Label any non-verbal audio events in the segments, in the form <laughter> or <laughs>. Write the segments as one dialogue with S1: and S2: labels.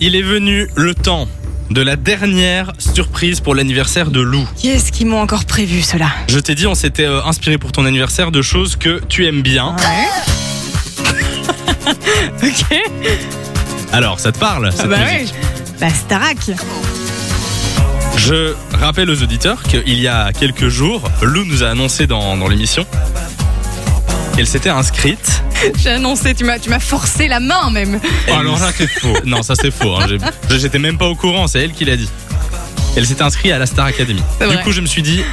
S1: Il est venu le temps de la dernière surprise pour l'anniversaire de Lou.
S2: Qu'est-ce qu'ils m'ont encore prévu, cela
S1: Je t'ai dit, on s'était euh, inspiré pour ton anniversaire de choses que tu aimes bien.
S2: Ok
S1: Alors, ça te parle cette
S2: Bah
S1: musique
S2: ouais Bah Starak
S1: Je rappelle aux auditeurs qu'il y a quelques jours, Lou nous a annoncé dans, dans l'émission qu'elle s'était inscrite.
S2: <laughs> J'ai annoncé, tu m'as, tu m'as forcé la main même
S1: Elle- <laughs> Non, ça c'est faux. hein. J'ai- J'étais même pas au courant, c'est elle qui l'a dit. Elle s'est inscrite à la Star Academy.
S2: C'est
S1: Du
S2: vrai.
S1: coup, je me suis dit,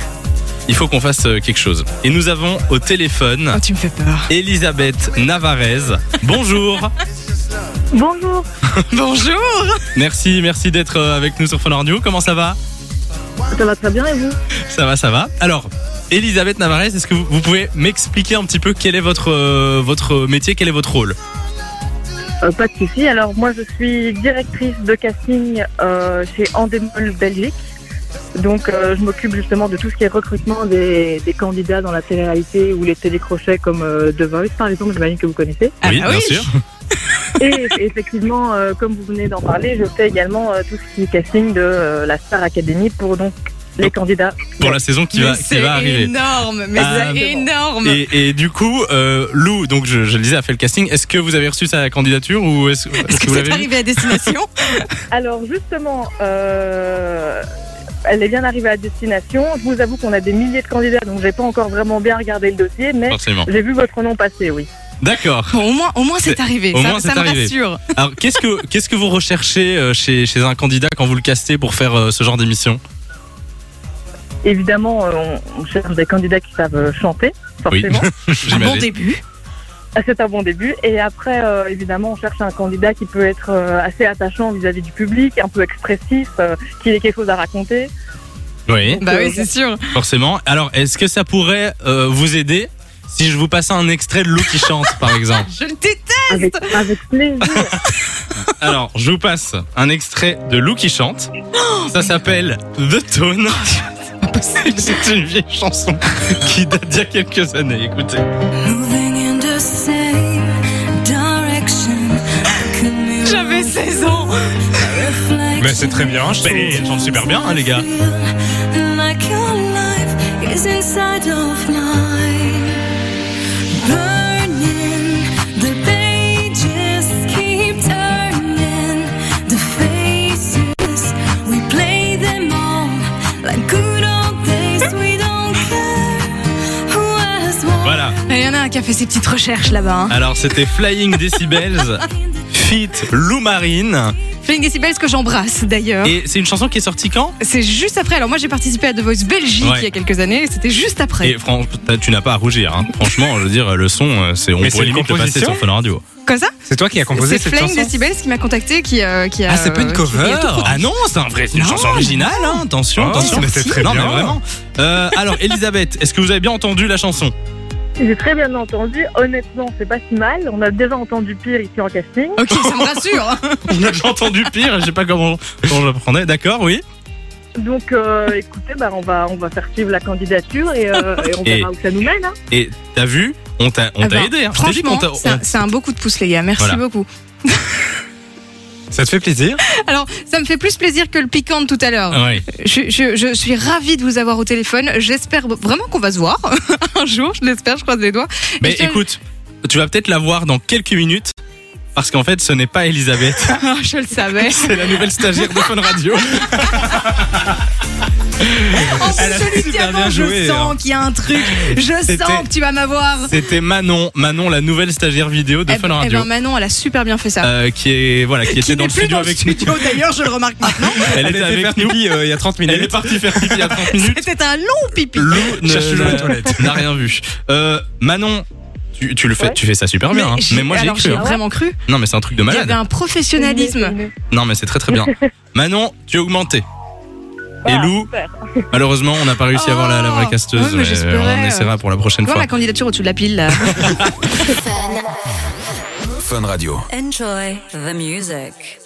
S1: il faut qu'on fasse euh, quelque chose. Et nous avons au téléphone
S2: Oh, tu me fais peur
S1: Elisabeth Navarez. Bonjour. <laughs>
S3: Bonjour,
S2: Bonjour
S1: Merci, merci d'être euh, avec nous sur Fun Radio. Comment ça va
S3: ça va très bien et vous
S1: Ça va, ça va. Alors, Elisabeth Navarez, est-ce que vous, vous pouvez m'expliquer un petit peu quel est votre, euh, votre métier, quel est votre rôle
S3: Euh, Pas de souci. Alors moi je suis directrice de casting euh, chez Endemol Belgique. Donc euh, je m'occupe justement de tout ce qui est recrutement des, des candidats dans la télé-réalité ou les télécrochets comme euh, The Voice par exemple, j'imagine que vous connaissez.
S2: Ah bah
S1: bien sûr.
S3: Et <laughs> effectivement, euh, comme vous venez d'en parler, je fais également euh, tout ce qui est casting de euh, la Star Academy pour donc les candidats.
S1: Pour la saison qui
S2: Mais
S1: va, qui
S2: C'est
S1: va arriver.
S2: énorme Mais
S1: Ah,
S2: c'est énorme
S1: Et, et du coup, euh, Lou, donc je, je le disais, a fait le casting. Est-ce que vous avez reçu sa candidature ou est-ce
S2: Est-ce que
S1: vous
S2: c'est
S1: l'avez vu
S2: arrivé
S1: <laughs>
S2: à destination
S3: Alors justement, euh, elle est bien arrivée à destination. Je vous avoue qu'on a des milliers de candidats, donc j'ai pas encore vraiment bien regardé le dossier, mais
S1: Forcément.
S3: j'ai vu votre nom passer, oui.
S1: D'accord.
S2: Bon, au moins, au moins c'est
S1: C'est-
S2: arrivé,
S1: au
S2: ça,
S1: moins,
S2: ça
S1: c'est
S2: me
S1: arrivé.
S2: rassure
S1: Alors, qu'est-ce que qu'est-ce que vous recherchez euh, chez, chez un candidat quand vous le castez pour faire euh, ce genre d'émission
S3: Évidemment, euh, on, on cherche des candidats qui savent euh, chanter, forcément.
S2: <laughs>
S3: Ah,
S2: Un bon
S1: J'imagine.
S2: début
S3: C'est un bon début. Et après, euh, évidemment, on cherche un candidat qui peut être euh, assez attachant vis-à-vis du public, un peu expressif, euh, qu'il ait quelque chose à raconter.
S1: Oui,
S2: Bah oui, c'est sûr
S1: forcément. Alors, est-ce que ça pourrait euh, vous aider si je vous passais un extrait de Lou qui chante, par exemple
S2: Je le déteste
S3: Avec, avec plaisir.
S1: Alors, je vous passe un extrait de Lou qui chante. Ça s'appelle The Tone. <laughs>
S2: pas possible.
S1: C'est une vieille chanson qui date d'il y a quelques années. Écoutez.
S4: Moving in the same direction.
S2: J'avais 16 ans
S5: Mais c'est très bien, je trouve.
S1: Mais elle chante super bien, hein, les gars. Voilà.
S2: Il y en a un qui a fait ses petites recherches là-bas hein.
S1: Alors, c'était Flying Decibels, Fit Lou Marine.
S2: Flying Decibels que j'embrasse d'ailleurs
S1: Et c'est une chanson qui est sortie quand
S2: C'est juste après, alors moi j'ai participé à The Voice Belgique
S1: Ouais.
S2: il y a quelques années, c'était juste après
S1: Et franchement, tu n'as pas à rougir. hein. Franchement, je veux dire, le son, euh, c'est on
S5: Mais c'est
S1: pourrait
S5: une
S1: limite le passer
S5: composition
S1: sur Fun Radio.
S2: Comme ça
S5: C'est toi qui as composé
S2: C'est
S5: cette
S2: Flying
S5: chanson
S2: Decibels qui m'a contacté, qui, euh, qui a.
S5: Ah, c'est pas une
S2: euh, qui-
S5: cover
S1: Ah non, c'est un vrai, c'est une
S2: Non,
S1: chanson originale. hein. Attention,
S5: Oh,
S1: attention.
S5: mais c'est très
S1: non,
S5: bien.
S1: mais vraiment. Euh, alors, Elisabeth, est-ce que vous avez bien entendu la chanson
S3: J'ai très bien entendu. Honnêtement, c'est pas si mal. On a déjà entendu pire ici en casting.
S2: Ok, ça me
S1: <laughs>
S2: rassure.
S1: On a déjà entendu pire. Je sais pas comment, comment je prenais. D'accord, oui.
S3: Donc, euh, écoutez, bah, on va on va faire suivre la candidature et, euh, et on
S1: Et-
S3: verra où ça nous mène. hein.
S1: Et t'as vu On t'a, on
S2: Ah
S1: t'a
S2: ben,
S1: aidé. hein. Je t'ai dit qu'on
S2: Franchement,
S1: t'a-
S2: c'est un- c'est un, beau coup de pouce, les gars. Merci
S1: Voilà.
S2: beaucoup.
S5: Ça te fait plaisir
S2: Alors, ça me fait plus plaisir que le piquant de tout à l'heure. <laughs>
S1: on- Ah Ouais.
S2: Je, je- je suis ravie de vous avoir au téléphone. J'espère vraiment qu'on va se voir <laughs> un jour. Je l'espère, je croise les doigts.
S1: Mais
S2: Et je-
S1: écoute, tu vas peut-être la voir dans quelques minutes. Parce qu'en fait, ce n'est pas Elisabeth, <laughs>
S2: Ah, je le savais.
S1: c'est la nouvelle stagiaire de Fun Radio.
S2: En plus,
S1: <laughs> Elle a
S2: je lui dis
S1: super bien
S2: avant,
S1: joué,
S2: je
S1: hein.
S2: sens qu'il y a un truc. Je
S1: C'était-
S2: sens que tu vas m'avoir.
S1: C'était Manon, Manon, la nouvelle stagiaire vidéo de
S2: Eh
S1: Fun
S2: ben- eh
S1: Radio.
S2: ben Manon, elle a super bien fait ça.
S1: euh, qui est voilà qui, était
S2: Qui
S1: dans
S2: n'est
S1: le
S2: plus
S1: studio
S2: dans le
S1: avec Ah,
S2: studio d'ailleurs, je le remarque maintenant.
S1: nous. Elle était
S5: fait
S1: avec nous.
S5: pipi, euh, il y a 30 minutes.
S1: Elle est partie faire pipi il y a
S2: <laughs>
S1: 30 minutes.
S2: C'était un long pipi.
S1: Lou
S5: Cherche
S1: ne-
S5: le
S1: n'a- <laughs>
S5: toilette.
S1: n'a rien vu. Euh, Manon, tu, tu le fais,
S3: Ouais.
S1: tu fais ça super bien. hein.
S2: j'ai- Eh ben.
S1: Mais moi j'ai
S2: alors,
S1: cru. hein.
S2: vraiment cru.
S1: Non mais c'est un truc de
S2: Il y avait
S1: malade.
S2: un professionnalisme.
S1: Non mais c'est très très
S2: <laughs>
S1: bien. Manon, tu es augmenté. Et
S3: Ah,
S1: Lou,
S3: super.
S1: malheureusement, on n'a pas réussi à avoir la, la vraie
S2: Oh.
S1: casteuse.
S2: Ouais, mais j'espérais,
S1: on
S2: euh.
S1: essaiera pour la prochaine
S2: Voir
S1: fois.
S2: la candidature au-dessus de la pile là.
S6: Fun Radio.
S4: Enjoy the music.